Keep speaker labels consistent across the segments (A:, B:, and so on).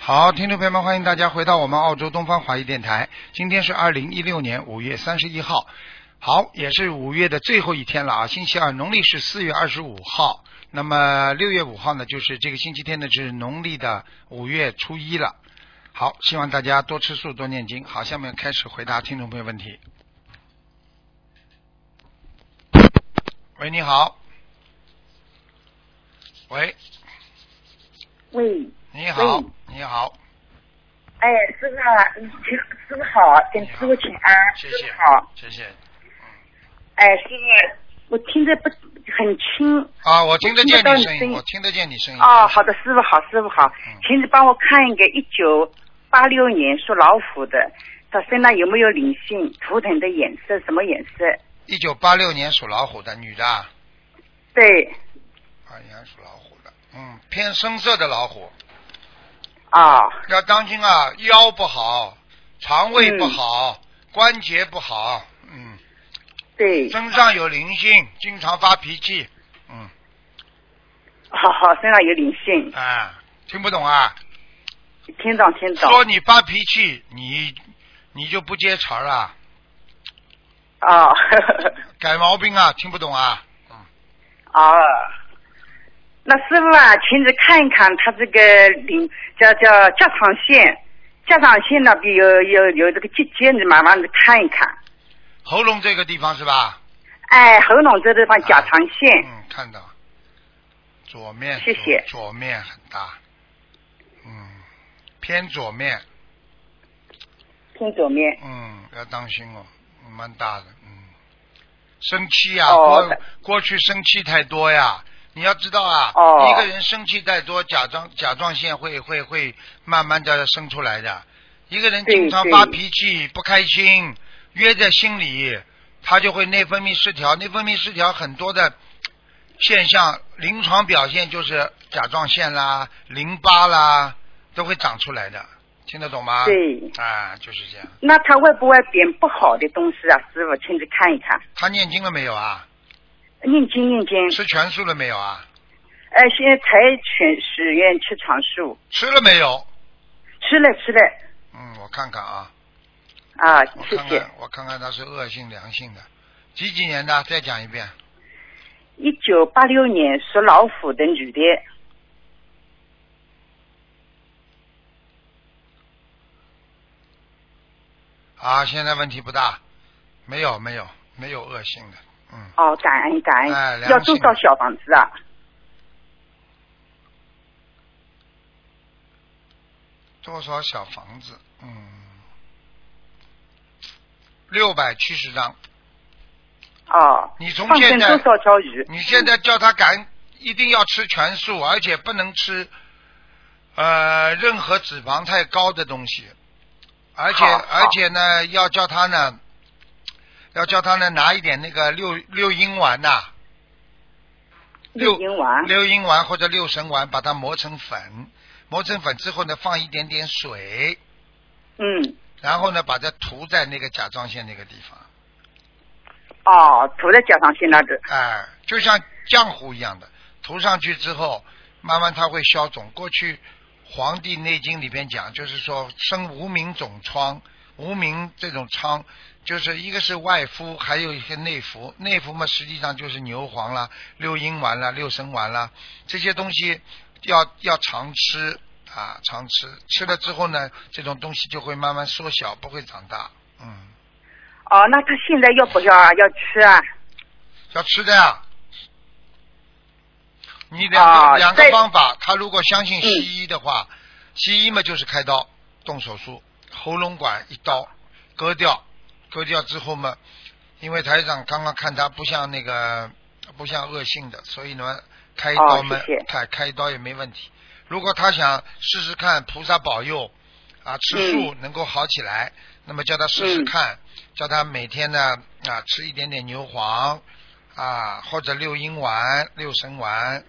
A: 好，听众朋友们，欢迎大家回到我们澳洲东方华语电台。今天是二零一六年五月三十一号，好，也是五月的最后一天了啊，星期二，农历是四月二十五号。那么六月五号呢，就是这个星期天呢，就是农历的五月初一了。好，希望大家多吃素，多念经。好，下面开始回答听众朋友问题。喂，你好。喂，
B: 喂，
A: 你好
B: 喂，
A: 你好，
B: 哎，师傅啊，你请师傅好，给师傅请安，
A: 谢
B: 师
A: 谢
B: 傅好，，
A: 谢谢。
B: 哎，师傅，我听着不很清
A: 啊，我听得见
B: 我听得到
A: 你
B: 你
A: 声
B: 声
A: 音，
B: 音
A: 我听得见你声音。
B: 哦，好的，师傅好，师傅好
A: 嗯，
B: 请你帮我看一个一九八六年属老虎的，他身上有没有灵性？图腾的颜色什么颜色？
A: 一九八六年属老虎的女的啊，
B: 对，
A: 八六年属老虎的，嗯，偏深色的老虎，
B: 啊、
A: 要当心啊，腰不好，肠胃不
B: 嗯
A: 好，关节不好，嗯，
B: 对，
A: 身上有灵性，经常发脾气，嗯，
B: 好好，身上有灵性，
A: 啊，听不懂啊？
B: 听懂听懂，
A: 说你发脾气，你你就不接茬儿了，
B: 啊、哦，
A: 改毛病啊？听不懂啊？
B: 啊、那师傅啊，请你看一看他这个领叫叫甲状腺，甲状腺那边有有有这个结节，你麻烦你看一看。
A: 喉咙这个地方是吧？
B: 哎，喉咙这地方甲状腺，
A: 嗯，看到，左面，
B: 谢谢
A: 左，左面很大，嗯，偏左面，
B: 偏左面。
A: 嗯，要当心哦，蛮大的，嗯，生气啊，
B: 哦
A: 过过去生气太多呀，你要知道啊，
B: 哦
A: 一个人生气太多，甲状甲状腺会会会慢慢的生出来的。一个人
B: 对
A: 经常发
B: 对
A: 脾气、不开心，憋在心里，他就会内分泌失调。内分泌失调很多的现象，临床表现就是甲状腺啦、淋巴啦都会长出来的，听得懂吗？
B: 对，
A: 啊，就是这样。
B: 那他会不会变不好的东西啊？师傅，请你看一看。
A: 他念经了没有啊？
B: 念经念经，
A: 吃全素了没有啊？
B: 呃，现在才全许愿吃长素，
A: 吃了没有？
B: 吃了吃了
A: 嗯，我看看啊，
B: 啊，
A: 我
B: 谢
A: 看
B: 谢。
A: 看，我看看他是恶性良性的，几几年的？再讲一遍。
B: 一九八六年属老虎的女的，
A: 啊，现在问题不大，没有没有没有恶性的，嗯，
B: 哦，感恩感恩，
A: 哎良
B: 要多
A: 心
B: 少小房子啊？
A: 多少小房子？嗯，六百七十张。
B: 哦，
A: 你从
B: 放
A: 现
B: 生
A: 在
B: 多少条鱼？
A: 你现在叫他赶，一定要吃全素，而且不能吃呃任何脂肪太高的东西，而且
B: 好好
A: 而且呢，要叫他呢，要叫他呢拿一点那个六六阴丸呐、
B: 啊
A: 六
B: 六斤丸。
A: 六阴丸或者六神丸，把它磨成粉，磨成粉之后呢，放一点点水，
B: 嗯，
A: 然后呢，把它涂在那个甲状腺那个地方，
B: 哦，涂在甲状腺那里。
A: 哎、就像浆糊一样的，涂上去之后，慢慢它会消肿。过去《黄帝内经》里边讲，就是说生无名肿疮，无名这种疮，就是一个是外敷，还有一些内服。内服嘛，实际上就是牛黄啦、六阴丸啦、六神丸啦这些东西要要常吃啊，常吃。吃了之后呢，这种东西就会慢慢缩小，不会长大。嗯，
B: 哦，那他现在要不要啊？要吃啊？
A: 要吃的呀。你两个、
B: 啊
A: 两个
B: 在嗯
A: 方法，他如果相信西医的话，西医嘛就是开刀动手术，喉咙管一刀割掉，割掉之后嘛，因为台长刚刚看他不像那个不像恶性的，所以呢开一刀嘛，
B: 哦谢谢
A: 开开一刀也没问题。如果他想试试看，菩萨保佑啊，吃素
B: 嗯
A: 能够好起来，那么叫他试试看，叫他每天呢啊吃一点点牛黄啊，或者六阴丸、六神丸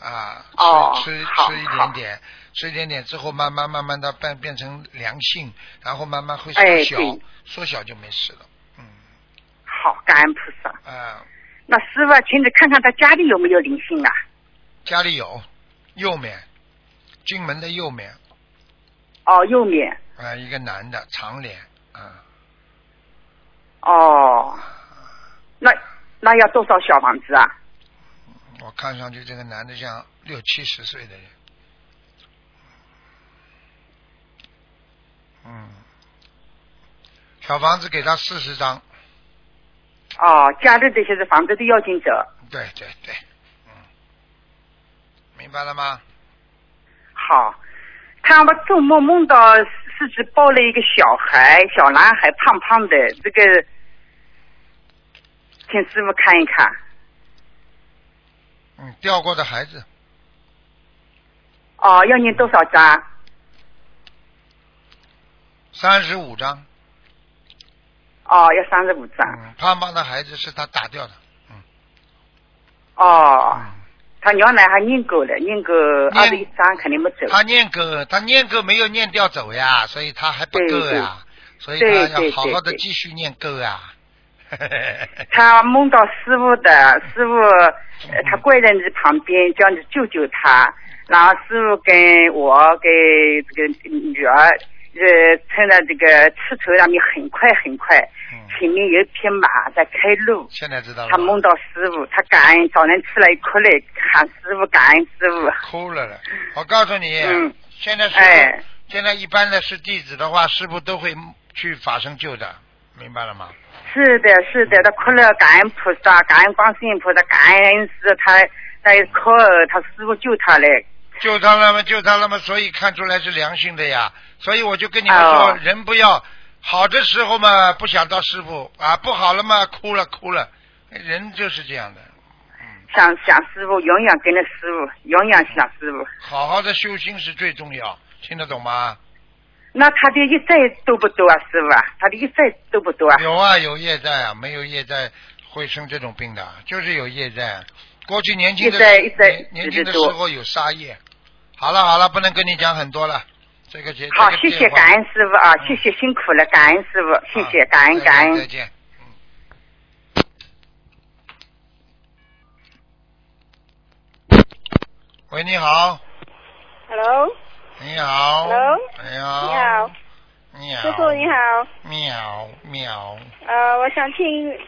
A: 啊，吃、
B: 哦
A: 吃
B: 好
A: 吃一点点，吃一点点之后，慢慢慢慢的变变成良性，然后慢慢会缩
B: 哎
A: 小，
B: 对
A: 缩小就没事了。嗯
B: 好，感恩菩萨。
A: 啊，
B: 那师傅啊，请你看看他家里有没有灵性啊？
A: 家里有右面，进门的右面，
B: 哦，右面。
A: 啊，一个男的，长脸，啊，
B: 哦，那那要多少小房子啊？
A: 我看上去这个男的像六七十岁的人，嗯，小房子给他四十张，
B: 哦，家里这些是房子的要紧者。
A: 对对对，嗯，明白了吗？
B: 好，看我做梦梦到自己抱了一个小孩，小男孩胖胖的，这个，请师傅看一看。
A: 嗯，掉过的孩子，
B: 哦，要念多少张？
A: 三十五张，
B: 哦，要三十五张。
A: 嗯，胖胖的孩子是他打掉的，嗯，
B: 哦，
A: 嗯
B: 他原来还念够了，念够二十一张，肯定没走。
A: 他念够，他念够没有念掉走呀，所以他还不够呀，所以他
B: 对
A: 要
B: 对
A: 好好的
B: 对对
A: 继续念嗯够 啊。
B: 他梦到师傅的，师傅、呃他跪在你旁边，叫你救救他。然后师傅跟我给这个女儿，呃，趁着这个气头上面很快很快，
A: 嗯，
B: 前面有一匹马在开路。
A: 现在知道了吧。
B: 他梦到师傅，他感恩，早晨起来哭了，喊师傅感恩师傅。
A: 哭了了。我告诉你，
B: 嗯
A: 现在师傅、
B: 哎，
A: 现在一般的是弟子的话，师傅都会去法身救的，明白了吗？
B: 是的，是的，他哭了，感恩菩萨，感恩观世音菩萨，感恩师，他他哭，他师傅救他嘞。
A: 救他了吗？救他了吗？所以看出来是良心的呀。所以我就跟你们说，
B: 哦
A: 人不要好的时候嘛，不想到师傅啊；不好了嘛，哭了哭了。哎人就是这样的，
B: 想想师傅，永远跟着师傅，永远想师傅。
A: 好好的修心是最重要，听得懂吗？
B: 那他的一债多不多啊，师傅啊？他的一债多不多啊？
A: 有啊，有业债啊，没有业债会生这种病的，就是有业债。过去年轻的
B: 业债业债
A: 年年轻的
B: 一直
A: 时
B: 多
A: 候有杀业。好了好了，不能跟你讲很多了，这个节
B: 好，
A: 这个
B: 谢谢
A: 电话
B: 感恩师傅啊，
A: 嗯
B: 谢谢辛苦了，感恩师傅，谢谢
A: 啊
B: 感恩
A: 再见
B: 感
A: 再
B: 恩。
A: 见。嗯嗯喂，你好，
C: Hello，
A: 你好
C: Hello？
A: 你
C: 你
A: 好，
C: 好，
A: 啊你好，
C: 师傅你，好，
A: 喵喵，
C: 呃，我想请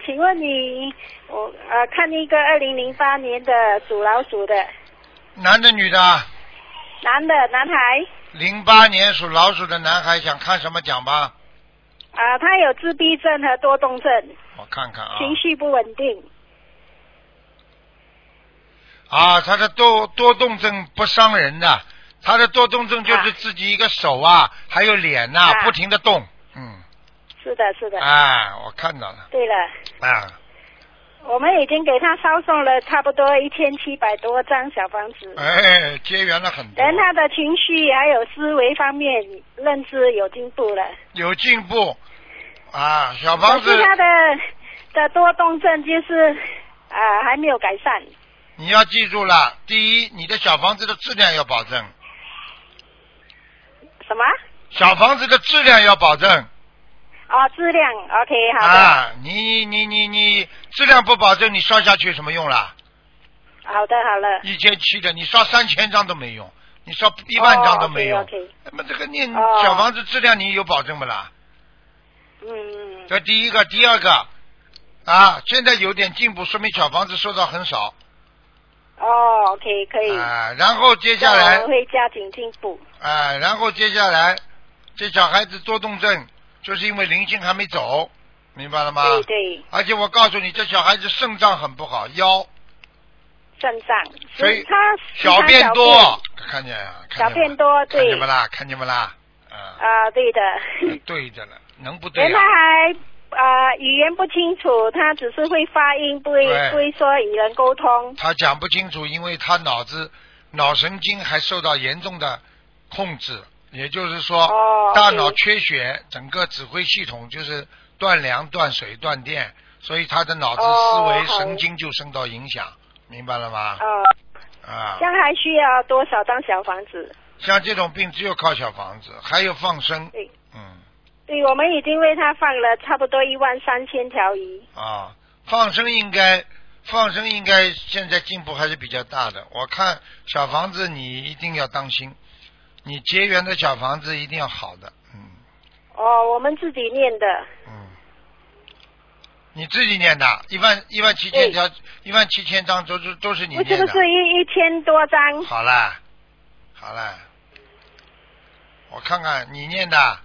C: 请问你，我呃看一个二零零八年的属老鼠的
A: 男的女的？
C: 男的男孩，
A: 零八年属老鼠的男孩想看什么讲吧，
C: 啊、他有自闭症和多动症，
A: 我看看啊。
C: 情绪不稳定，
A: 啊，他的多多动症不伤人的，他的多动症就是
C: 啊
A: 自己一个手啊，还有脸呐、
C: 啊
A: 不停的动。嗯，
C: 是的，是的。
A: 啊，我看到了，
C: 对了，
A: 啊，
C: 我们已经给他烧送了差不多一千七百多张小房子，
A: 哎，结缘了很多，
C: 人他的情绪还有思维方面认知有进步了。
A: 有进步。啊，小房
C: 可
A: 子
C: 是，他的的多动症就是啊、还没有改善。
A: 你要记住了，第一，你的小房子的质量要保证，
C: 什么？
A: 小房子的质量要保证。
C: 哦，质量 OK 好的、
A: 啊，你你你你质量不保证，你烧下去有什么用啦？
C: 好的好了，
A: 一千七的，你烧三千张都没用，你烧一万张都没用。
C: o k o k
A: 那么这个念
C: 哦
A: 小房子质量你有保证不啦？
C: 嗯，
A: 这第一个，第二个，啊，现在有点进步，说明小房子收到很少
C: 哦，OK 可以，
A: 啊。然后接下来
C: 那我，会加紧进步。
A: 啊，然后接下来，这小孩子多动症，就是因为灵性还没走，明白了吗？
C: 对对，
A: 而且我告诉你，这小孩子肾脏很不好，腰、
C: 肾脏，
A: 所以
C: 他
A: 小便多，看见啊，看
C: 小
A: 见
C: 便
A: 吗
C: 多，
A: 看
C: 对
A: 见不啦？看见不啦？ 啊，
C: 啊、对的。
A: 对的了，能 不对
C: 人
A: 啊
C: 他？还啊、语言不清楚，他只是会发音，不会
A: 对
C: 不会说与人沟通。
A: 他讲不清楚，因为他脑子脑神经还受到严重的控制，也就是说，
C: 哦
A: 大
C: 对
A: 脑缺血，整个指挥系统就是断粮、断水、断电，所以他的脑子思
C: 哦
A: 维、
C: 好
A: 神经就受到影响，明白了吗？
C: 呃，
A: 啊
C: 这，样还需要多少张小房子？
A: 像这种病只有靠小房子，还有放生
C: 对，
A: 嗯，
C: 对，我们已经为他放了差不多一万三千条鱼。
A: 啊，放生应该。放生应该现在进步还是比较大的，我看小房子你一定要当心，你结缘的小房子一定要好的，嗯
C: 哦，我们自己念的。
A: 嗯。你自己念的，一万一万七千条，一万七千张都是都是你
C: 不是
A: 念
C: 不
A: 的。
C: 是一一千多张？
A: 好啦，好啦，我看看你念的
C: 啊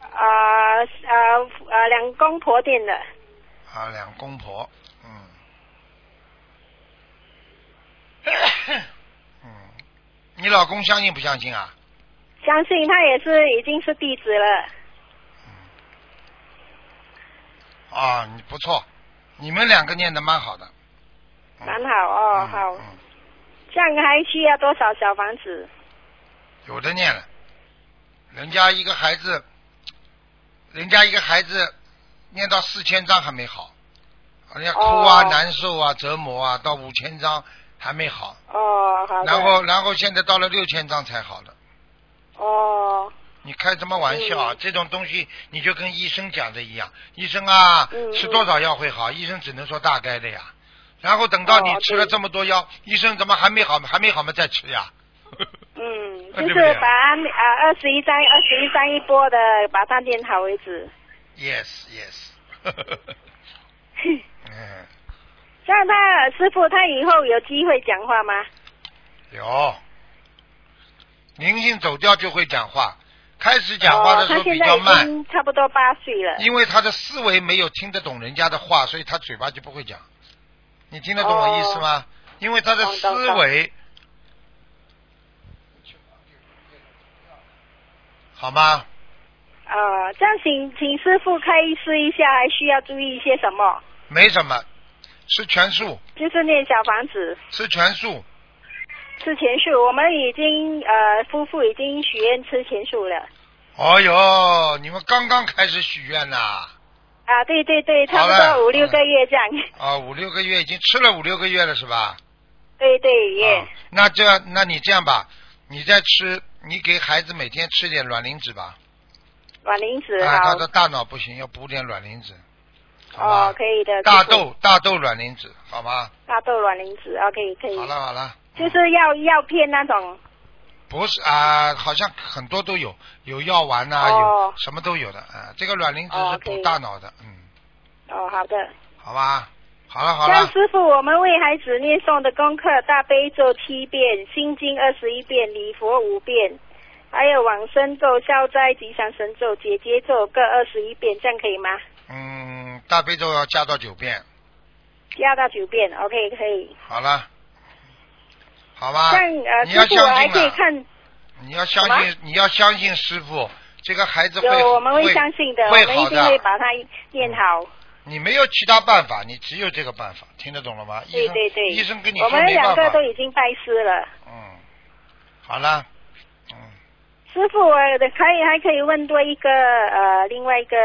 C: 呃呃，两公婆念的。
A: 啊，两公婆，嗯， 嗯，你老公相信不相信啊？
C: 相信他也是已经是弟子了。
A: 啊，你不错，你们两个念的蛮好的。嗯
C: 蛮好哦
A: 嗯
C: 好
A: 嗯，
C: 这样还需要多少小房子？
A: 有的念了，人家一个孩子，人家一个孩子念到四千章还没好，人家哭啊、
C: 哦
A: 难受啊、折磨啊，到五千章还没好，
C: 哦，好的。
A: 然后然后现在到了六千章才好的。
C: 哦，
A: 你开什么玩笑啊？
C: 嗯
A: 这种东西你就跟医生讲的一样，医生啊，
C: 嗯
A: 吃多少药会好？医生只能说大概的呀。然后等到你
C: 哦
A: 吃了
C: 对
A: 这么多药，医生怎么还没好？还没好吗？再吃呀？
C: 嗯，
A: 啊
C: 就
A: 对不对
C: 是把啊二十一张二十一张一波的把它练好为止。
A: Yes, yes 嗯，
C: 这样他呃师傅他以后有机会讲话吗？
A: 有。灵性走掉就会讲话，开始讲话的
C: 哦，
A: 时
C: 他
A: 候比
C: 现在
A: 较
C: 已
A: 慢，
C: 经差不多八岁了。
A: 因为他的思维没有听得懂人家的话，所以他嘴巴就不会讲。你听得懂我意思吗？因为他的
C: 懂懂
A: 思
C: 懂
A: 维，好吗？
C: 呃，这样请请师傅开示一下，还需要注意一些什么？
A: 没什么，吃全素，
C: 就是念小房子
A: 吃全素，
C: 吃钱树，我们已经呃夫妇已经许愿吃钱树了。
A: 哦哟，你们刚刚开始许愿呐？
C: 啊，对对对，差
A: 好
C: 不
A: 嘞
C: 多五六
A: 好嘞
C: 个月这样。
A: 啊，五六个月已经吃了五六个月了是吧？
C: 对对耶。
A: 啊那这，那你这样吧，你再吃，你给孩子每天吃点卵磷脂吧。
C: 卵磷脂
A: 啊，
C: 好
A: 他的大脑不行，要补点卵磷脂。好吧
C: 哦，可以的。
A: 大
C: 师傅
A: 豆大豆卵磷脂，好吗？
C: 大豆卵磷脂，OK 可以
A: 好。了好了，
C: 就是要药片那种，
A: 不是啊、好像很多都有，有药丸呐、
C: 哦
A: 有什么都有的啊、这个卵磷脂
C: 哦
A: 是
C: 可以
A: 补大脑的，嗯，
C: 哦，好的。
A: 好吧，好了好
C: 像
A: 了，
C: 师傅，我们为孩子念诵的功课，大悲咒七遍，心经二十一遍，礼佛五遍，还有往生咒、消灾吉祥神咒、解结咒各二十一遍，这样可以吗？
A: 嗯，大悲咒要加到九遍，
C: 加到九遍，OK 可以。
A: 好了，好吧
C: 像，呃，
A: 你要
C: 师傅我还
A: 相
C: 可
A: 信
C: 以
A: 啊，
C: 看，
A: 你要相
C: 什
A: 信，你要相信师傅，这个孩子会
C: 有我们
A: 会
C: 会相信的，
A: 会
C: 我们一
A: 好
C: 定会
A: 的，嗯
C: 把它念好。
A: 你没有其他办法，你只有这个办法，听得懂了吗？医
C: 对
A: 生
C: 对对，
A: 医生跟你
C: 我
A: 说
C: 们
A: 没
C: 两
A: 办
C: 个
A: 法，
C: 都已经拜师了。
A: 嗯，好了，嗯，
C: 师傅，我可以还可以问多一个呃，另外一个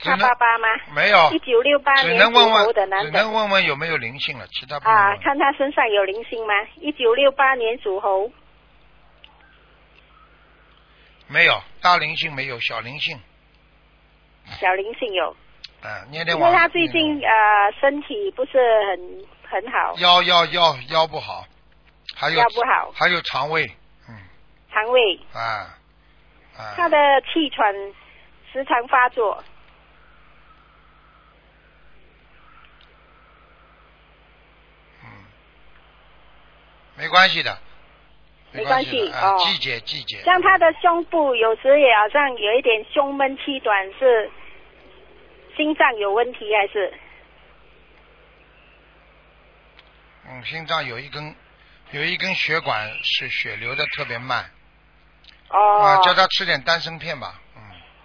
A: 只
C: 他
A: 能
C: 爸爸吗？
A: 没有
C: 一，九六八
A: 只
C: 年
A: 能
C: 属
A: 问
C: 猴的
A: 问，只
C: 男
A: 能
C: 的
A: 问问有没有灵性了，其他不能
C: 啊，
A: 问。
C: 看他身上有灵性吗？一九六八年属猴，
A: 没有，大灵性没有，小灵性，
C: 小灵性有，
A: 啊，念
C: 因
A: 念往。
C: 为他最
A: 念
C: 近
A: 念
C: 呃身体不是很很好，
A: 腰腰腰腰不好，还有
C: 腰不好
A: 还有肠胃，嗯
C: 肠胃，
A: 啊啊，
C: 他的气喘时常发作，
A: 嗯，没关系的，
C: 没
A: 关
C: 关
A: 系
C: 系
A: 的啊，
C: 哦
A: 季节季节，
C: 像他的胸部有时也好像有一点胸闷气短，是心脏有问题还是？
A: 嗯，心脏有一根有一根血管是血流的特别慢，啊，
C: 哦，
A: 叫他吃点丹参片吧，嗯。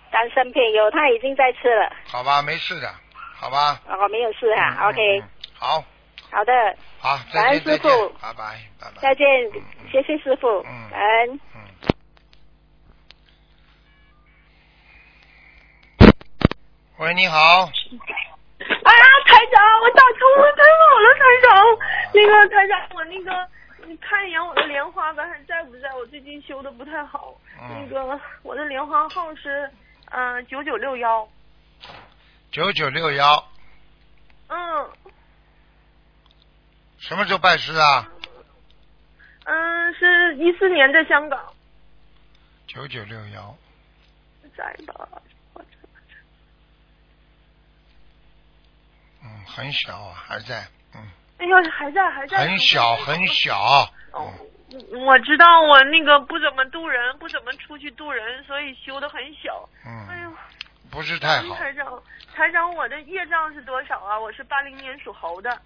C: 丹参片有，他已经在吃了。
A: 好吧，没事的，好吧。
C: 哦，没有事哈、
A: 嗯
C: o
A: 嗯
C: k
A: 嗯好，
C: 好的，
A: 好，再
C: 感恩
A: 见，再
C: 师
A: 见
C: 傅，
A: 拜拜，拜拜。
C: 再见，
A: 嗯嗯
C: 谢谢师傅，
A: 嗯
C: 感恩。
A: 嗯。喂，你好，
D: 啊，台长，我打通了，太好了，台长。那个台长，我那个，你看一眼我的莲花吧，还在不在？我最近修的不太好。那
A: 嗯，
D: 个我的莲花号是嗯九九六幺。
A: 九九六幺，
D: 嗯
A: 什么时候拜师啊？
D: 嗯，是一四年在香港。
A: 九九六幺，
D: 在吧？我
A: 嗯，很小啊，还在，嗯，
D: 哎呦，还在还在。
A: 很小很小，
D: 哦，我知道我那个不怎么渡人，不怎么出去渡人，所以修的很小。哎
A: 嗯，
D: 呦，
A: 不是太好，
D: 台长，台长，我的业障是多少啊？我是八零年属猴的，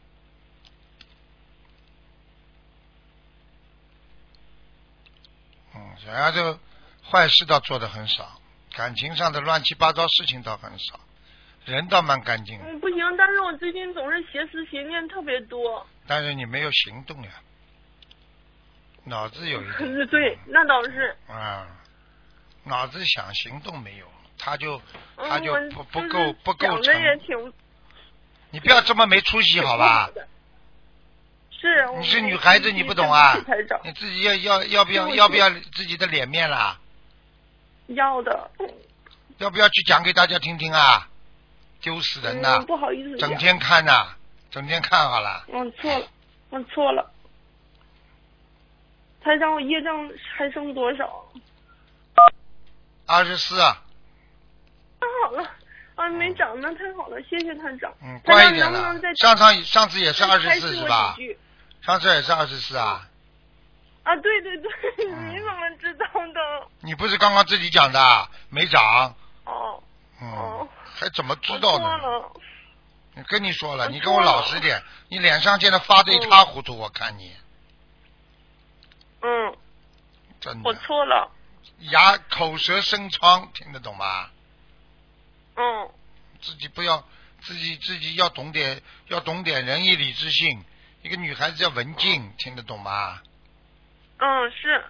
A: 嗯，人家都坏事倒做的很少，感情上的乱七八糟事情倒很少，人倒蛮干净的，
D: 嗯，不行，但是我最近总是邪思邪念特别多。
A: 但是你没有行动呀，脑子有一
D: 嗯
A: 点，
D: 对，那倒是。
A: 啊、脑子想行动没有，他就
D: 嗯，
A: 他就不
D: 我
A: 不
D: 就是
A: 够不够
D: 想的
A: 成，
D: 也挺
A: 你不要这么没出 息好吧？？
D: 是，我
A: 你是
D: 没
A: 女孩子
D: 听
A: 你
D: 清
A: 不懂啊
D: 对不起台长
A: 你自己要要要不要
D: 对我
A: 要不要自己的脸面啦？
D: 要的，
A: 要不要去讲给大家听听啊？丢死人呐
D: 嗯，！不好意思，
A: 整天看呐、整天看好了。
D: 我错了，我错了。台长，我业障还剩多少？
A: 二十四，
D: 太好了，啊，没涨，那太好了，谢谢台长。
A: 嗯，
D: 台
A: 乖一
D: 长
A: 点
D: 能不
A: 了
D: 能再。
A: 上上上次也是
D: 再
A: 二
D: 开
A: 十四
D: 示
A: 是
D: 我
A: 吧
D: 几？句
A: 上次也是二十四啊？
D: 啊，对对对，
A: 嗯
D: 你怎么知道的？
A: 你不是刚刚自己讲的没涨？
D: 哦，
A: 嗯
D: 哦，
A: 还怎么知
D: 我
A: 道
D: 错
A: 呢？
D: 了，
A: 你跟你说了，
D: 我
A: 你跟我
D: 错
A: 老
D: 了
A: 实点，你脸上现在发的一塌糊涂，我看你
D: 嗯，
A: 真
D: 我
A: 的
D: 错了，
A: 牙口舌生疮，听得懂吗？
D: 嗯，
A: 自己不要，自己自己要懂点，要懂点仁义礼智信。一个女孩子要文静，听得懂吗？
D: 嗯，是，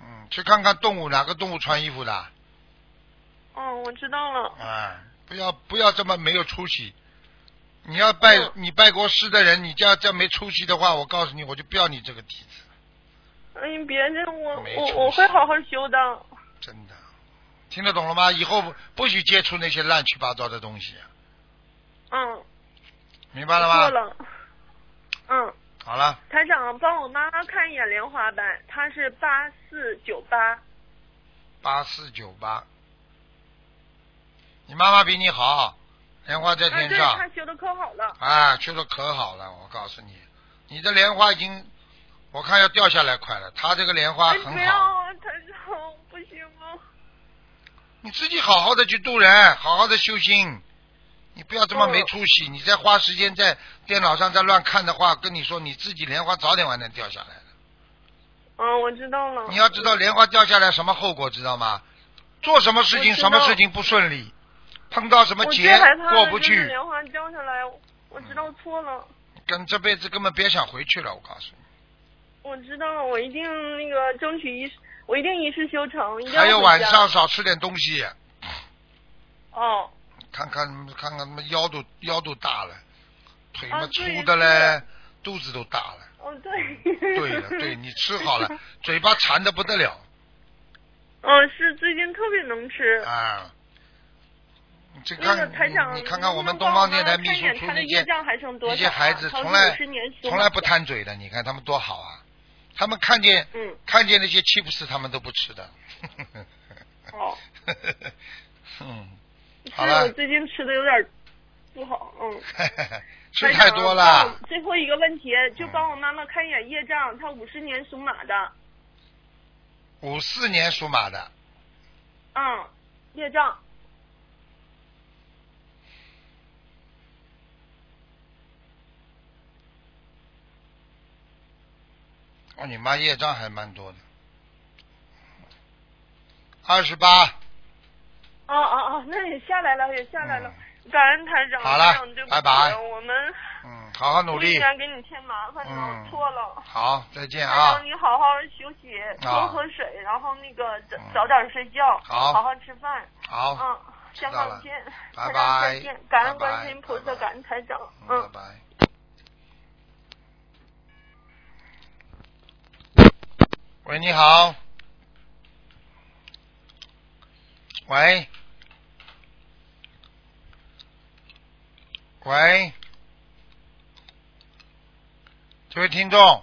A: 嗯，去看看动物，哪个动物穿衣服的？
D: 啊嗯，我知道了，
A: 啊，不要不要这么没有出息。你要拜、
D: 嗯
A: 你拜过师的人，你这样这样没出息的话，我告诉你，我就不要你这个弟子，
D: 哎，你别这，我
A: 没
D: 我
A: 出
D: 我
A: 息
D: 会好好修的，
A: 真的。听得懂了吗？以后不不许接触那些乱七八糟的东西，啊
D: 嗯，
A: 明
D: 我
A: 白了
D: 错
A: 吗？
D: 了，嗯，
A: 好了，
D: 台长帮我妈妈看一眼莲花瓣，她是八四九八，
A: 八四九八，你妈妈比你好，莲花在
D: 啊，
A: 天
D: 对，
A: 上
D: 她，修的可好了，
A: 啊，修的可好了，我告诉你，你的莲花已经，我看要掉下来快了，她这个莲花
D: 哎，
A: 很好。
D: 不要啊，台长，不行啊，
A: 你自己好好的去度人，好好的修心，你不要这
D: 哦
A: 么没出息。你再花时间在电脑上再乱看的话，跟你说你自己莲花早点晚点掉下来的。
D: 嗯，我知道了，
A: 你要知道莲花掉下来什么后果，知道吗？做什么事情
D: 我知
A: 什
D: 道
A: 么事情不顺利，碰到什么
D: 我最
A: 劫
D: 害怕
A: 过
D: 的
A: 不
D: 就是
A: 去，
D: 莲花掉下来，我知道错了，
A: 跟这辈子根本别想回去了。我告诉你，
D: 我知道了，我一定那个争取一世，我一定一世修成，一定要
A: 还有
D: 回
A: 晚
D: 家
A: 上少吃点东西，
D: 哦，
A: 看看看看他妈腰都腰都大了，腿
D: 啊
A: 嘛
D: 对
A: 粗的
D: 是
A: 嘞，肚子都大了。
D: 哦对，
A: 对 了，对你吃好了，嘴巴馋的不得了
D: 嗯，是最近特别能吃。
A: 啊！你这
D: 那
A: 看
D: 个台长，
A: 你你看看我们东方电台秘书处
D: 他的
A: 那
D: 业
A: 些
D: 障还剩多
A: 那
D: 少、啊？
A: 些孩子
D: 好
A: 从
D: 几
A: 来
D: 十年修
A: 从来
D: 好
A: 不
D: 的。
A: 贪嘴的，你看他们多好啊！他们看见
D: 嗯，
A: 看见那些 chips 他们都不吃的。
D: 哦，
A: 嗯， 好
D: 是
A: 了
D: 我最近吃的有点不好，嗯。
A: 吃太多
D: 台
A: 了
D: 长。。哦最后一个问题，就帮我妈妈看一眼业障，她五十年属马的，
A: 五四年属马的，
D: 嗯，业障，
A: 哦，你妈业障还蛮多的。二十八，
D: 哦哦哦，那也下来了，也下来了，感恩台长，
A: 嗯好了
D: 台长对不起啊
A: 拜拜
D: 我们
A: 嗯，好好努
D: 不应
A: 力，
D: 该给你添麻烦的，
A: 嗯
D: 我错了。
A: 好，再见
D: 还
A: 啊
D: 让。你好好休息，
A: 啊
D: 多喝水，然后那个早
A: 嗯
D: 早点睡觉，
A: 好
D: 好好吃饭。
A: 好，
D: 嗯，香
A: 道
D: 港
A: 了
D: 见，
A: 拜拜
D: 台长再见，感
A: 拜拜
D: 恩观世音菩
A: 拜
D: 萨，
A: 拜
D: 感恩台长，嗯
A: 拜。拜。喂，你好。喂。喂。这位听众。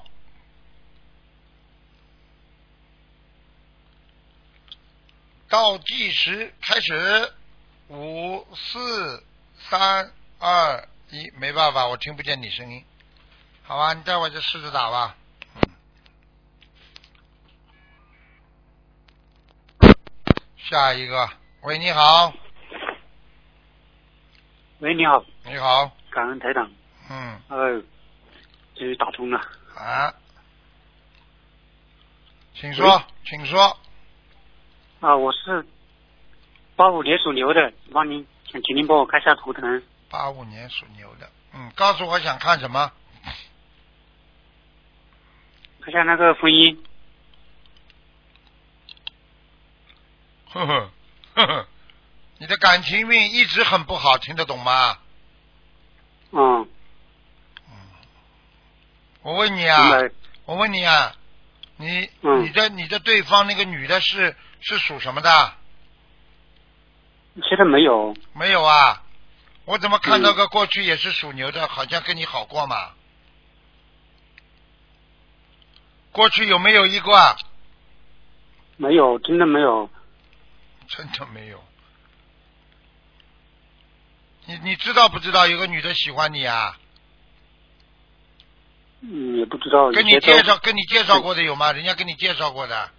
A: 倒计时开始，五、四、三、二、一，没办法，我听不见你声音。好啊吧，你待会儿就试着打吧。嗯下一个，喂，你好，
E: 喂，你好，
A: 你好，
E: 感恩台长，
A: 嗯，
E: 呃，终于打通了。
A: 啊，请说，请说，
E: 啊，我是八五年属牛的，帮您，请请您帮我看一下图腾。
A: 八五年属牛的，嗯，告诉我想看什么？
E: 看一下那个婚姻，
A: 呵呵，呵呵，你的感情运一直很不好，听得懂吗？
E: 嗯，
A: 我问你
E: 明
A: 啊，
E: 白，
A: 我问你啊，你、
E: 嗯
A: 你的你的对方那个女的是是属什么的？
E: 现在没有，
A: 没有啊？我怎么看到个过去也是属牛的，好像跟你好过嘛？过去有没有一个啊？
E: 没有，真的没有。
A: 真的没有。你你知道不知道有个女的喜欢你啊？
E: 嗯，也不知道。
A: 跟你
E: 接
A: 介
E: 受
A: 绍跟你介绍过的有吗？人家跟你介绍过的，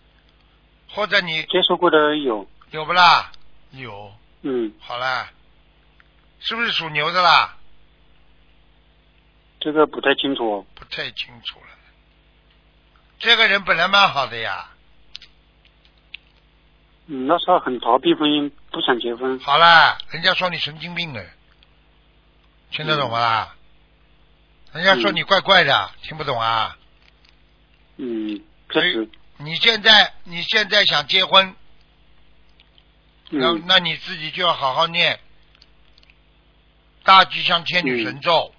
A: 或者你
E: 接受过的有，
A: 有不啦？有，
E: 嗯，
A: 好啦，是不是属牛的啦？
E: 这个不太清楚。
A: 不太清楚了。这个人本来蛮好的呀。
E: 嗯，那时候很逃避婚姻，不想结婚。
A: 好啦，人家说你神经病哎，听得懂吗啦？人家说你怪怪的，听不懂啊？
E: 嗯，确实，
A: 你现在你现在想结婚，那
E: 嗯
A: 那你自己就要好好念大吉祥天女神咒，
E: 嗯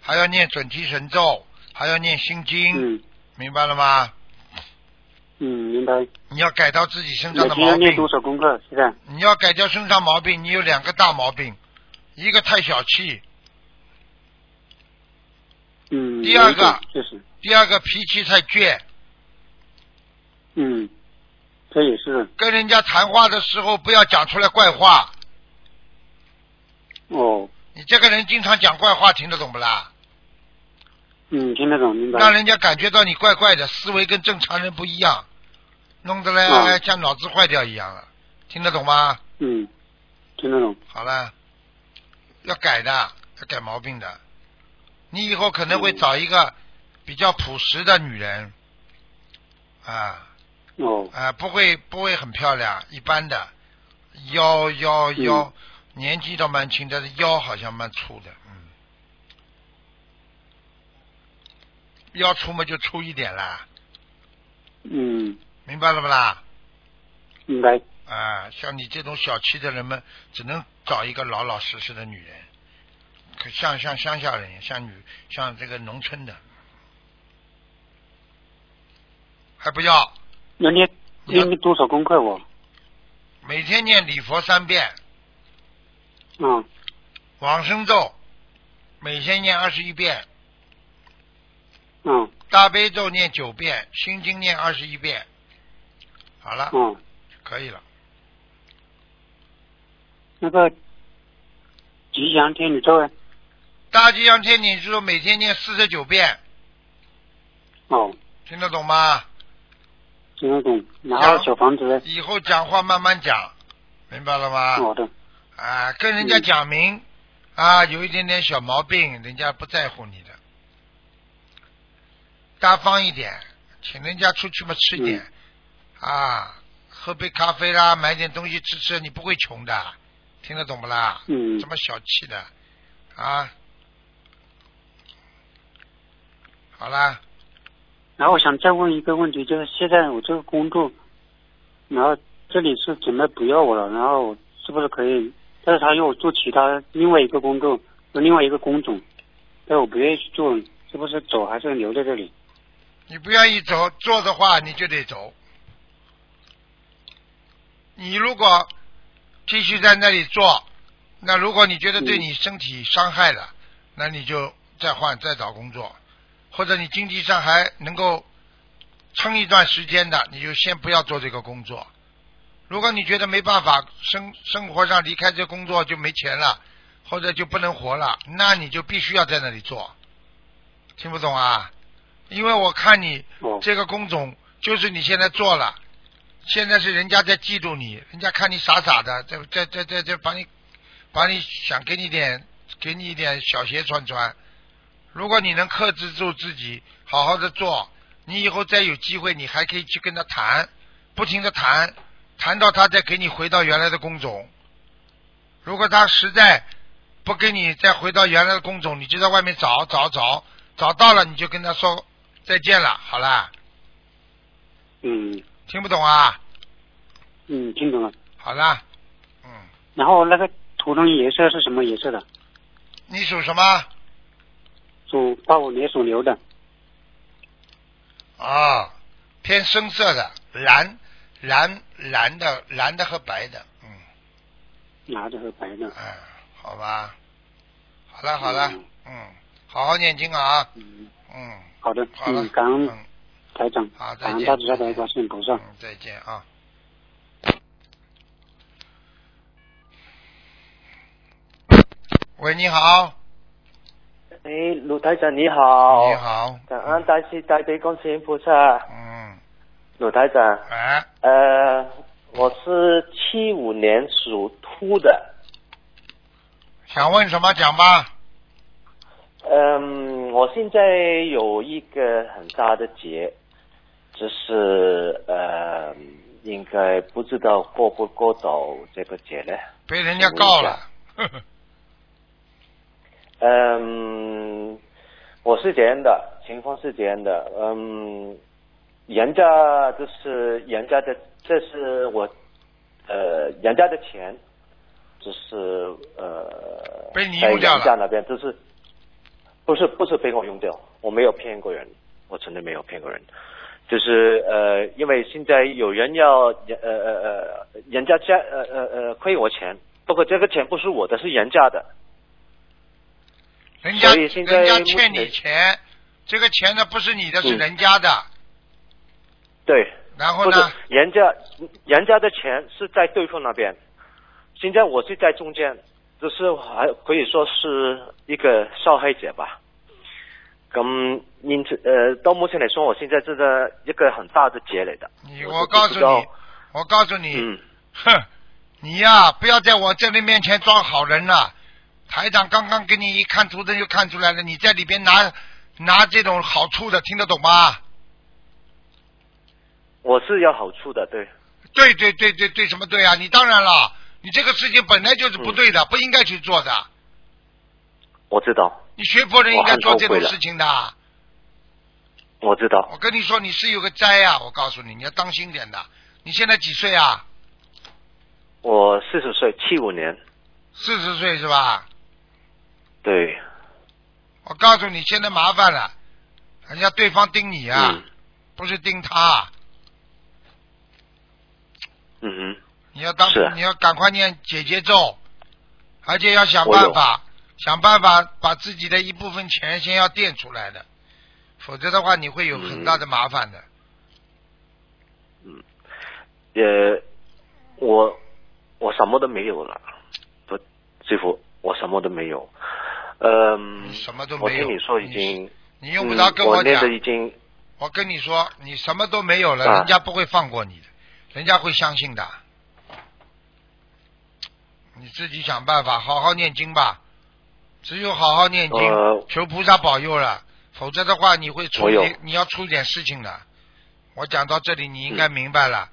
A: 还要念准提神咒，还要念心经，
E: 嗯
A: 明白了吗？
E: 嗯，明白。
A: 你要改掉自己身上
E: 每
A: 的
E: 天要
A: 毛
E: 念
A: 病，
E: 多少功课？现在，
A: 你要改掉身上毛病，你有两个大毛病，一个太小气，
E: 嗯，
A: 第二个
E: 有一点确实，
A: 第二个脾气太倔，
E: 嗯，这也是
A: 跟人家谈话的时候不要讲出来怪话。
E: 哦，
A: 你这个人经常讲怪话，听得懂不啦？
E: 嗯，听得懂，明白。
A: 让人家感觉到你怪怪的，思维跟正常人不一样，弄得嘞、哎
E: 嗯
A: 像脑子坏掉一样了，听得懂吗？
E: 嗯，听得懂。
A: 好了，要改的，要改毛病的。你以后可能会
E: 嗯
A: 找一个比较朴实的女人，啊，
E: 哦，
A: 啊，不会不会很漂亮，一般的，腰腰
E: 嗯
A: 腰，年纪倒蛮轻，但是腰好像蛮粗的，嗯，腰粗嘛就粗一点啦，
E: 嗯，
A: 明白了不啦？
E: 明白。
A: 啊，像你这种小气的人们，只能找一个老老实实的女人，可像像乡下人，像女像这个农村的，还不要
E: 那念
A: 你要
E: 念多少功课我？
A: 每天念礼佛三遍。
E: 嗯
A: 往生咒每天念二十一遍，
E: 嗯
A: 大悲咒念九遍，心经念二十一遍。好了，
E: 嗯，
A: 可以了。
E: 那个吉祥天女咒呢
A: 大吉祥天女咒每天念四十九遍，
E: 哦，
A: 听得懂吗？
E: 听得懂。然后小房子呢？
A: 以后讲话慢慢讲，明白了吗？
E: 好的，
A: 啊，跟人家讲明、啊，有一点点小毛病，人家不在乎你的，大方一点，请人家出去嘛吃一点、啊，喝杯咖啡啦，买点东西吃吃，你不会穷的，听得懂不啦？
E: 嗯
A: 这么小气的啊？好啦，
E: 然后我想再问一个问题，就是现在我这个工作，然后这里是准备不要我了，然后是不是可以？但是他要我做其他另外一个工作，另外一个工种，但我不愿意去做，是不是走还是留在这里？
A: 你不愿意走做的话，你就得走。你如果继续在那里做，那如果你觉得对你身体伤害了，那你就再换再找工作，或者你经济上还能够撑一段时间的，你就先不要做这个工作。如果你觉得没办法生生活上离开这工作就没钱了，或者就不能活了，那你就必须要在那里做。听不懂啊？因为我看你
E: 哦
A: 这个工种就是你现在做了，现在是人家在嫉妒你，人家看你傻傻的，在在在在在把你把你想给你点给你一点小鞋穿穿。如果你能克制住自己，好好的做，你以后再有机会，你还可以去跟他谈，不停的谈，谈到他再给你回到原来的工种。如果他实在不给你再回到原来的工种，你就在外面找找找，找到了你就跟他说再见了，好啦，
E: 嗯
A: 听不懂啊？
E: 嗯，听懂了。
A: 好啦，嗯，
E: 然后那个图腾颜色是什么颜色的？
A: 你属什么？
E: 属八五年属牛的。
A: 啊，偏深色的，蓝蓝蓝的蓝的和白的，嗯，
E: 拿着和白的。
A: 哎，好吧，好了好了
E: 嗯，
A: 嗯，好好念经啊，
E: 嗯，
A: 嗯，
E: 好的，
A: 好了
E: 嗯，，感恩
A: 嗯
E: 台长，
A: 好再
E: 感恩
A: 见
E: 大慈大悲观世音菩萨。
A: 嗯，再见啊。喂，你好，
F: 哎，卢台长你好，
A: 你好，
F: 感恩大慈大悲观世音菩萨。
A: 嗯，
F: 卢台长，
A: 哎，
F: 呃，我是七五年属兔的，
A: 想问什么讲吧？
F: 嗯、我现在有一个很大的结，就是呃，应该不知道过不过到这个节呢。
A: 被人家告了，呵呵
F: 嗯，我是这样的，情况是这样的，嗯，人家就是人家的，这是我，呃，人家的钱，就是呃，
A: 被你用掉了
F: 在人家那边就是，不是不是被我用掉，我没有骗过人，我从来没有骗过人，就是呃，因为现在有人要呃呃呃，人家家呃呃呃亏我钱，不过这个钱不是我的，是人家的。
A: 人家
F: 所以现在
A: 人家欠
F: 目
A: 你
F: 前
A: 钱，这个钱呢不是你的，是
F: 嗯
A: 人家的。
F: 对，
A: 然后
F: 不是
A: 呢，
F: 人家人家的钱是在对方那边，现在我是在中间，就是还可以说是一个受害者吧。咁因此，呃，到目前来说，我现在这个一个很大的结来的。
A: 你
F: 我
A: 我
F: 就
A: 告诉
F: 不知道
A: 你，我告诉你，
F: 嗯，
A: 哼，你呀、不要在我这里面前装好人了、台长刚刚给你一看图腾就看出来了，你在里边拿拿这种好处的，听得懂吗？
F: 我是有好处的，对，
A: 对对对对对，什么对啊？你当然了，你这个事情本来就是
F: 嗯
A: 不对的，不应该去做的。
F: 我知道，
A: 你学佛人应该做这种
F: 我很后悔了
A: 事情的。
F: 我知道，
A: 我跟你说，你是有个灾啊！我告诉你，你要当心点的。你现在几岁啊？
F: 我四十岁，七五年，
A: 四十岁是吧？
F: 对，
A: 我告诉你，现在麻烦了，人家对方盯你啊，
F: 嗯
A: 不是盯他。啊
F: 嗯
A: 你要当
F: 是啊
A: 你要赶快念解结咒，而且要想办法想办法把自己的一部分钱先要垫出来的，否则的话你会有很大
F: 嗯
A: 的麻烦的。
F: 哼，呃，我我什么都没有了，不，师傅，我什么都没有，嗯，
A: 你什么都
F: 我
A: 没有，
F: 听你说已经，
A: 你用不着跟
F: 嗯我
A: 讲
F: 念，的已经，
A: 我跟你说，你什么都没有了，
F: 啊
A: 人家不会放过你的，人家会相信的。你自己想办法，好好念经吧。只有好好念经，
F: 呃
A: 求菩萨保佑了，否则的话你会出
F: 我有
A: 点，你要出点事情的。我讲到这里，你应
F: 嗯
A: 该明白了，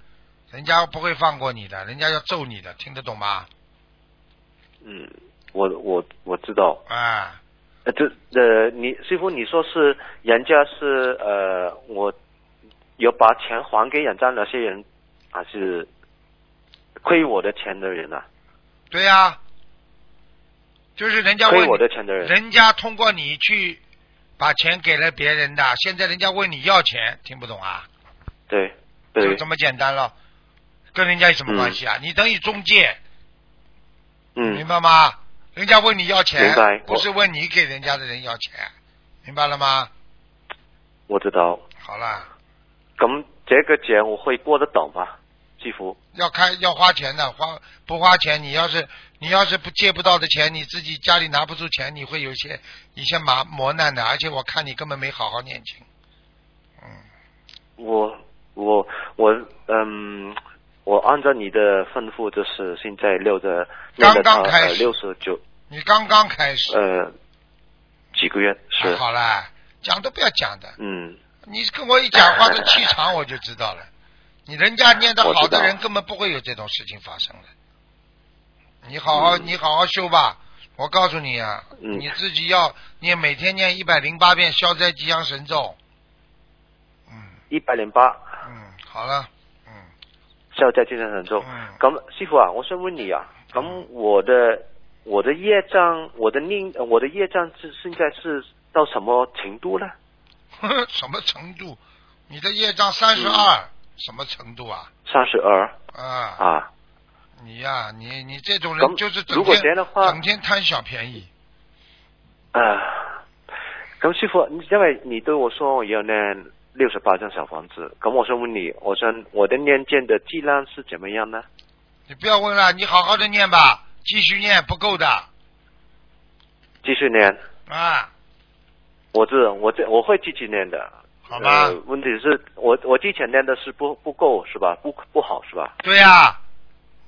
A: 人家不会放过你的，人家要揍你的，听得懂吗？
F: 嗯，我我我知道，
A: 啊，
F: 呃，这呃，你师傅你说是人家是呃，我有把钱还给人家那些人，还是亏我的钱的人啊？
A: 对呀、就是人家问
F: 亏
A: 你
F: 我的钱的人，
A: 人家通过你去把钱给了别人的，现在人家问你要钱，听不懂啊？
F: 对
A: 就
F: 对
A: 这，么简单了，跟人家有什么关系啊？你等于中介，明
F: 嗯，
A: 白吗？人家问你要钱
F: 明白，
A: 不是问你给人家的人要钱，明白了吗？
F: 我知道。
A: 好了，
F: 咁这个节我会过得到吗？祈福。
A: 要开要花钱的，花不花钱？你要是你要是不借不到的钱，你自己家里拿不出钱，你会有一些一些麻磨难的。而且我看你根本没好好念经，
F: 我我我嗯，我按照你的吩咐，就是现在六的念
A: 刚
F: 的
A: 刚
F: 到
A: 开
F: 呃
A: 始
F: 六十九
A: 你刚刚开始，
F: 呃几个月是、
A: 好啦，讲都不要讲的，
F: 嗯
A: 你跟我一讲话的气场我就知道 了。你人家念得好的
F: 我知
A: 人
F: 道
A: 根本不会有这种事情发生的。你好好，
F: 嗯
A: 你好好修吧。我告诉你啊，
F: 嗯
A: 你自己要念每天念一百零八遍消灾吉祥神咒。嗯
F: 一百零八
A: 嗯，好了，嗯
F: 消灾吉祥神咒。
A: 嗯，
F: 咁师傅啊，我想问你啊，咁我的我的业障，我的念呃我的业障是现在是到什么程度呢？
A: 嗯 什么程度？你的业障三十二，什么程度啊？
F: 三十二
A: 啊，
F: 嗯啊，
A: 你呀、你你这种人
F: 咁
A: 就是整
F: 如果
A: 天
F: 这样的话
A: 整天贪小便宜。
F: 啊，咁师傅，因为你对我说我要念六十八张小房子，咁我想问你，我想我的念经的质量是怎么样呢？
A: 你不要问了，你好好的念吧，继续念不够的
F: 继续念，
A: 啊，
F: 我这我这我会继续念的。
A: 好吧？
F: 呃问题是我我之前念的是不不够是吧？不不好是吧？
A: 对呀、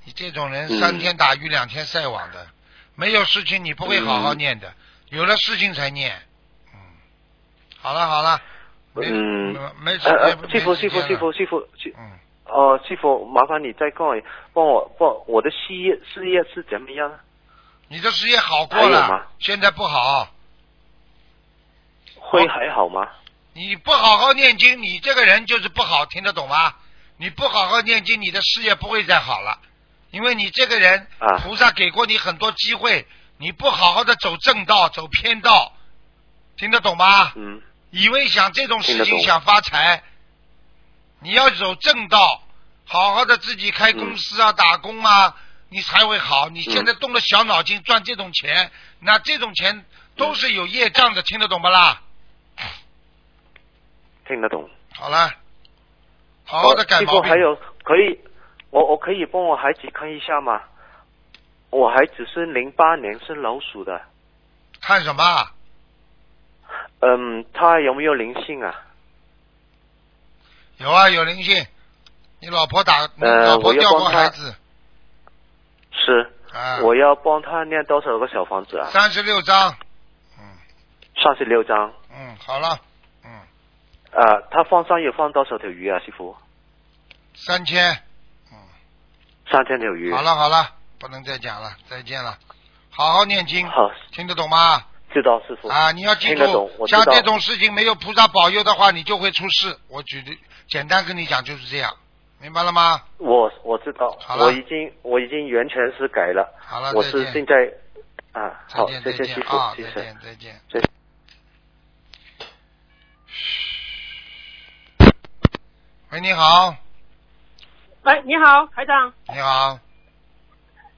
A: 你这种人
F: 嗯
A: 三天打鱼两天晒网的，没有事情你不会好好念的，
F: 嗯
A: 有了事情才念。嗯，好了好了，没
F: 嗯
A: 没没
F: 呃
A: 没
F: 呃，
A: 没
F: 师傅
A: 时
F: 师傅
A: 间
F: 师傅
A: 了。
F: 师傅师
A: 嗯，
F: 哦，师傅，麻烦你再告我，帮我帮我我的事业事业是怎么样？
A: 你的事业好过
F: 还有吗
A: 了，现在不好。哦
F: 会还好吗？
A: 你不好好念经，你这个人就是不好，听得懂吗？你不好好念经，你的事业不会再好了，因为你这个人，
F: 啊
A: 菩萨给过你很多机会，你不好好的走正道，走偏道，听得懂吗？
F: 嗯
A: 以为想这种事
F: 听得
A: 情
F: 懂
A: 想发财，你要走正道，好好的自己开公司
F: 嗯
A: 啊、打工啊，你才会好。你现在动了小脑筋赚这种钱，那这种钱都是有业障的，听得懂不啦？
F: 听得懂。
A: 好了，好好的改
F: 哦师
A: 毛
F: 傅
A: 病。
F: 还有可以，我我可以帮我孩子看一下吗？我孩子是零八年是老鼠的，
A: 看什么啊？
F: 嗯，他有没有灵性啊？
A: 有啊，有灵性。你老婆打，你
F: 呃
A: 老婆
F: 我要
A: 掉过
F: 帮她
A: 孩子
F: 是，
A: 啊？
F: 我要帮他念多少个小房子啊？
A: 三十六章。嗯
F: 三十六张。
A: 嗯，好了，嗯，
F: 呃，他放生要放多少条鱼啊，师傅？
A: 三千。
F: 三千条鱼。
A: 好了好了，不能再讲了，再见了。好好念经，
F: 好，
A: 听得懂吗？
F: 知道师傅。
A: 啊，你要记
F: 嗯听得懂
A: 住，
F: 我知
A: 像
F: 道
A: 这种事情没有菩萨保佑的话，你就会出事。我举例简单跟你讲就是这样，明白了吗？
F: 我我知道
A: 好，了
F: 我已经我已经完全是改了，
A: 好了，
F: 我
A: 再
F: 是
A: 见
F: 现。在啊，
A: 再
F: 好，
A: 见
F: 谢
A: 再
F: 谢
A: 见
F: 师傅
A: 啊，，
F: 谢
A: 再
F: 谢
A: 见。再见
F: 谢。
A: 喂，你好，
G: 喂，你好，台长。
A: 你好，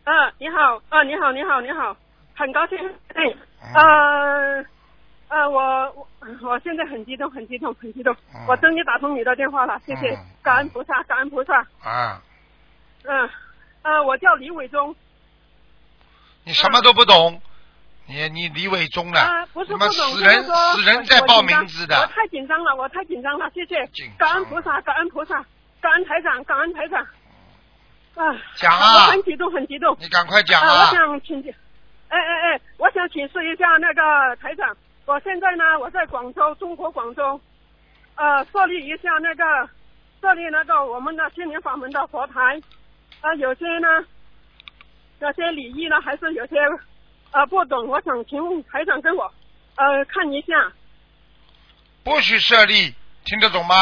G: 嗯，你好，啊，你好，你好，你好，很高兴。对，
A: 嗯
G: 呃，呃，我我我现在很激动，很激动，很激动。
A: 嗯
G: 我终于打通你的电话了，谢谢
A: 嗯，
G: 感恩菩萨，感恩菩萨。
A: 啊，
G: 嗯，呃，我叫李伟忠。
A: 你什么都不懂，你你李伟忠了
G: 啊，，不是
A: 什
G: 不
A: 么
G: 懂，
A: 死
G: 就是
A: 人
G: 说
A: 死人在报名字
G: 我
A: 的，
G: 太紧张了，我太紧张了，谢谢
A: 紧，张
G: 感恩菩萨，感恩菩萨，感恩台长，感恩台长。啊，
A: 讲啊
G: 我很激动，很激动。
A: 你赶快讲
G: 啊，
A: 啊
G: 我，想请，哎哎哎，我想请示一下那个台长，我现在呢，我在广州，中国广州，呃，设立一下那个，设立那个我们的心灵法门的佛台，啊、有些呢，有些礼仪呢，还是有些，呃，不懂，我想请台长跟我，呃，看一下
A: 不许设立，听得懂吗？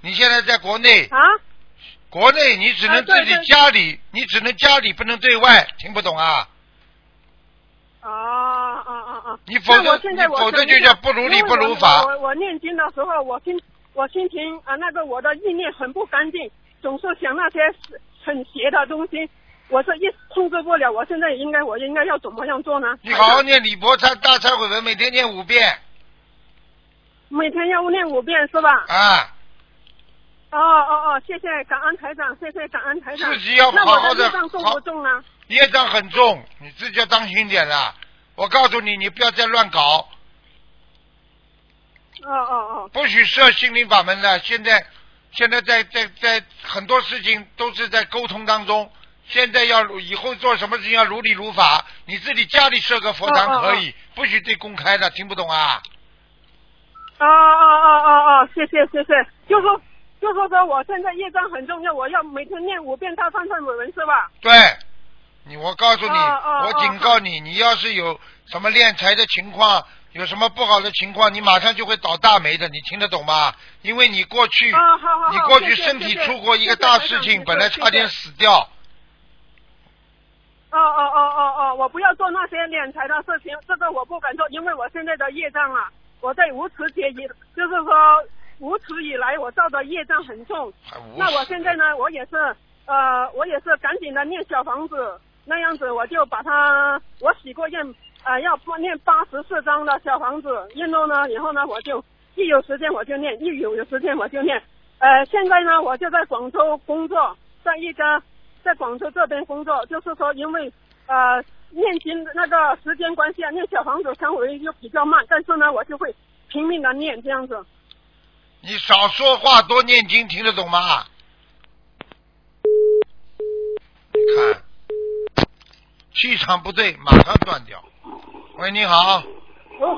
A: 你现在在国内，
G: 啊，
A: 国内你只能
G: 啊
A: 自
G: 对
A: 己
G: 对
A: 家里，你只能家里不能对外，听不懂啊？
G: 啊啊啊啊！
A: 你否则
G: 那我现在
A: 你
G: 我
A: 否则
G: 想一
A: 就叫
G: 下
A: 不如理
G: 因为
A: 不如
G: 我
A: 法
G: 我我念经的时候，我心我心情啊，那个我的意念很不干净，总是想那些很邪的东西，我是一控制不了。我现在应该我应该要怎么样做呢？
A: 你好好念李博忏大忏悔文，每天念五遍
G: 每天要念五遍是吧？
A: 啊，
G: 哦哦哦，谢谢感恩台长，谢谢感恩台长。
A: 自己要
G: 那
A: 好好
G: 我
A: 地
G: 的业障重
A: 好
G: 不重呢？
A: 业障很重，你自己要当心点啦。我告诉你，你不要再乱搞，
G: 哦哦
A: 不许设心灵法门了。现在，现在在在在很多事情都是在沟通当中。现在要以后做什么事情要如理如法，你自己家里设个佛堂可以，不许对公开的，听不懂啊？
G: 哦哦哦哦哦哦，谢谢谢谢，就说就说说我现在业障很重要，我要每天念五遍大忏悔文是吧？
A: 对，你我告诉你，
G: 哦哦
A: 我警告你，你要是有什么敛财的情况，有什么不好的情况，你马上就会倒大霉的，你听得懂吗？因为你过去，
G: 啊，好好好，
A: 嗯你过去
G: 谢谢
A: 身体
G: 谢谢
A: 出过一个大
G: 谢谢
A: 事
G: 台
A: 情，
G: 长
A: 本来
G: 谢谢
A: 差点
G: 谢谢
A: 死掉，
G: 哦哦哦哦哦，我不要做那些敛财的事情，这个我不敢做，因为我现在的业障啊，我在无耻节以，就是说无耻以来我造的业障很重。
A: 还无
G: 那我
A: 耻
G: 现在呢，我也是呃，我也是赶紧的念小房子，那样子我就把它，我许过愿，呃，要念八十四章的小房子，念到呢，以后呢，我就一有时间我就念，一有时间我就念。呃，现在呢，我就在广州工作，在一家在广州这边工作，就是说因为呃念经的那个时间关系啊，念小房子相对又比较慢，但是呢，我就会拼命的念这样子。
A: 你少说话，多念经，听得懂吗？你看，气场不对，马上断掉。喂，你好。喂，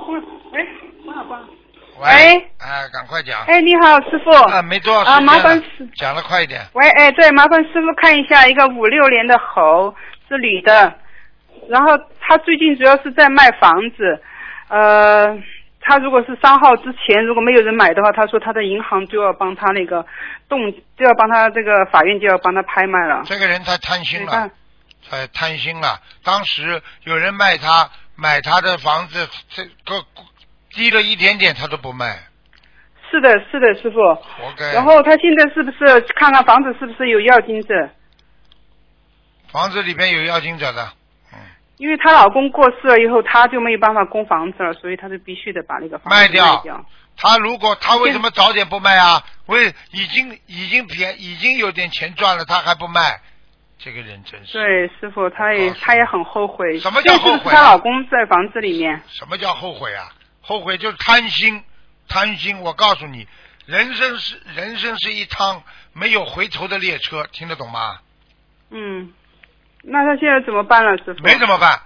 H: 喂，
A: 哎，赶快讲。
H: 哎，你好，师傅。
A: 啊，没多少时间
H: 啊麻烦
A: 了
H: 师
A: 讲的快一点。
H: 喂，哎，对，麻烦师傅看一下一个五六年的猴，是女的，然后她最近主要是在卖房子，呃，她如果是三号之前如果没有人买的话，她说她的银行就要帮她那个动，就要帮她这个法院就要帮她拍卖了。嗯
A: 这个人太贪心
H: 没
A: 了
H: 办，
A: 太贪心了。当时有人卖他买他的房子，这个低了一点点他都不卖，
H: 是的，是的，师傅。
A: 活该。
H: 然后她现在是不是看看房子是不是有要金子？
A: 房子里边有要经者的，
H: 因为她老公过世了以后，她就没有办法供房子了，所以她就必须得把那个房子
A: 卖掉
H: 卖掉
A: 他如果他为什么早点不卖啊？为已经已经便已经有点钱赚了，他还不卖，这个人真是。
H: 对，师傅，她也
A: 告诉你
H: 她也很后悔。
A: 哦什么叫后悔啊
H: 就是不是她老公在房子里面。
A: 什么叫后悔啊？后悔就是贪心，贪心。我告诉你，人生是人生是一趟没有回头的列车，听得懂吗？
H: 嗯，那她现在怎么办了，师傅？
A: 没怎么办，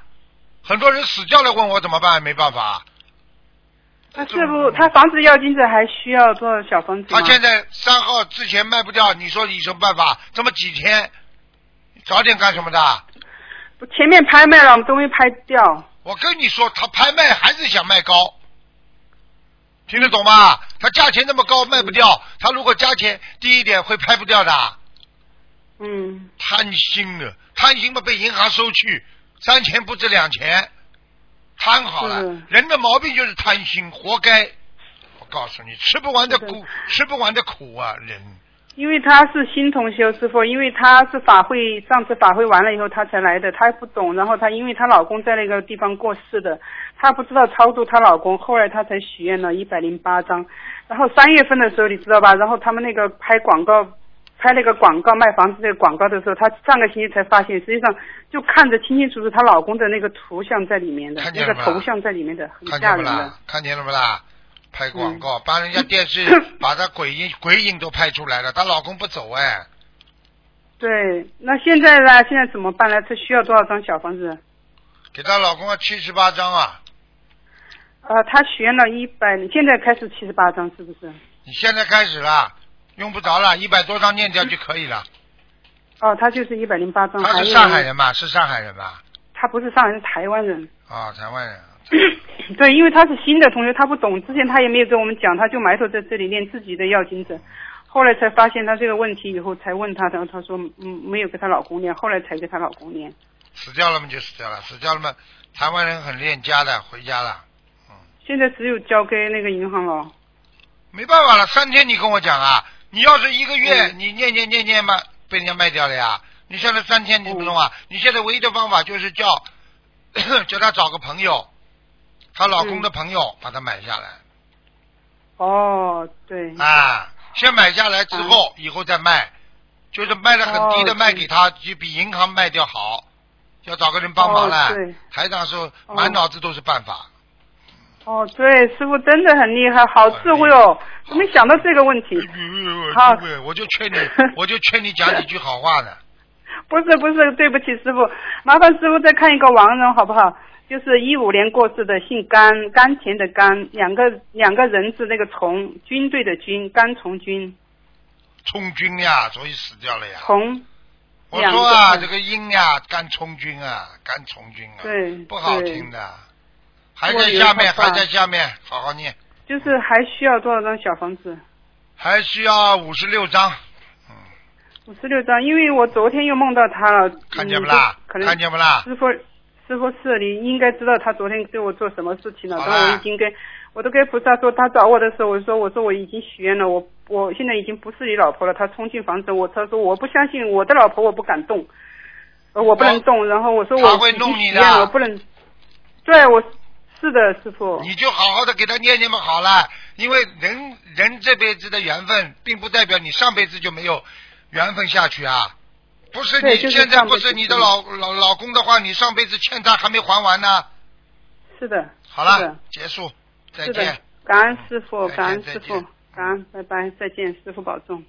A: 很多人死掉了问我怎么办，没办法。
H: 她是不，她房子要金子还需要多少小房子吗？
A: 他现在三号之前卖不掉，你说你什么办法？这么几天，早点干什么的？
H: 前面拍卖了，我们都没拍掉。
A: 我跟你说，他拍卖还是想卖高，听得懂吗？他价钱那么高卖不掉，他如果价钱低一点会拍不掉的，
H: 嗯，
A: 贪心啊，贪心嘛被银行收去，三钱不值两钱，贪好了
H: 是，
A: 人的毛病就是贪心，活该。我告诉你，吃不完的苦，吃不完的苦啊，人。
H: 因为她是新同修，师傅，因为她是法会上次法会完了以后她才来的，她不懂，然后她因为她老公在那个地方过世的，她不知道超度她老公，后来她才许愿了一百零八张，然后三月份的时候你知道吧，然后他们那个拍广告。拍那个广告卖房子那个广告的时候，她上个星期才发现，实际上就看着清清楚楚她老公的那个图像在里面的
A: 看，见
H: 那
A: 了
H: 个
A: 吗
H: 头像在里面的，很
A: 看
H: 吓
A: 见不
H: 人的嗯
A: 啦。？看见了不啦？拍广告，把人家电视 把他鬼影鬼影都拍出来了，她老公不走哎，
H: 对，那现在呢？现在怎么办呢？这需要多少张小房子？
A: 给她老公要七十八张啊！
H: 呃，他许愿了一百，现在开始七十八张，是不是？
A: 你现在开始啦，用不着了，一百多张念掉就可以了。
H: 哦，他就是一百零八张。
A: 他
H: 嗯还
A: 是
H: 有
A: 上海，人吧？是上海人吧？
H: 他不是上海人，是台湾人。
A: 啊、台湾 人。
H: 对，因为他是新的同学，他不懂，之前他也没有跟我们讲，他就埋头在这里念自己的药经者，后来才发现他这个问题，以后才问他，然后他说嗯没有给她老公念，后来才给她老公念。
A: 死掉了嘛就死掉了，死掉了嘛，台湾人很恋家的，回家了，
H: 现在只有交给那个银行了。
A: 没办法了，三天你跟我讲啊，你要是一个月、
H: 嗯
A: 你念念念念嘛，被人家卖掉了呀，你现在三
H: 嗯
A: 天你不弄啊，你现在唯一的方法就是叫 叫她找个朋友，
H: 嗯
A: 她老公的朋友把她买下来、
H: 哦，对，
A: 啊，先买下来之后，以后再卖，就是卖的很低的
H: 嗯哦
A: 卖给他，就比银行卖掉好。要找个人帮忙啦
H: 哦对。
A: 台长说满脑子都是办法。
H: 哦，对，师傅真的很厉害，好智慧哦，
A: 哎
H: 我没想到这个问题。
A: 嗯
H: 好
A: 对 我就劝你，我就劝你讲几句好话呢。
H: 不是不是，对不起师傅，麻烦师傅再看一个亡人好不好？就是一五年过世的，姓甘，甘甜的甘，两个两个人字那个从，军队的军，甘从军，
A: 充军呀，所以死掉了呀。
H: 从，
A: 我说啊，
H: 两个字
A: 这个阴呀，干充军啊，干充军啊，
H: 对
A: 不好
H: 对
A: 听的。还
H: 我
A: 在
H: 以为
A: 下面，
H: 他
A: 还
H: 爸
A: 在下面，好好念，
H: 就是还需要多少张小房子？
A: 还需要五十六章，
H: 五十六张，因为我昨天又梦到他了，
A: 看见
H: 嗯
A: 不啦
H: 就可？能
A: 看见不啦？
H: 师傅，师傅是你应该知道他昨天对我做什么事情了。
A: 好
H: 然
A: 啦
H: 后我已经跟我都跟菩萨说，他找我的时候，我说我说我已经许愿了，我我现在已经不是你老婆了。他冲进房子，我他说我不相信我的老婆，我不敢动，呃我不能动。然后我说
A: 哦他
H: 我
A: 会
H: 已
A: 弄
H: 经
A: 你
H: 许
A: 的
H: 愿了，我不能。对，我是的，师傅。
A: 你就好好的给他念念嘛，好了。因为人人这辈子的缘分，并不代表你上辈子就没有缘分下去啊。不是
H: 对
A: 你
H: 就是
A: 现在
H: 上辈
A: 不
H: 子
A: 是你的老老老公的话，你上辈子欠他还没还完呢。
H: 是的，
A: 好
H: 是的
A: 了，结束，再
H: 是的
A: 见。。
H: 感恩师傅，
A: 再见
H: 感恩
A: 再
H: 师傅
A: 见，
H: 感恩，拜拜，再见，师傅保重。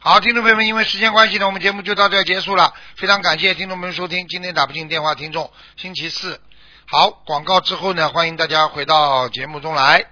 A: 好，听众朋友们，因为时间关系呢，我们节目就到这儿结束了。非常感谢听众朋友收听，今天打不进电话，听众星期四。好，广告之后呢，欢迎大家回到节目中来。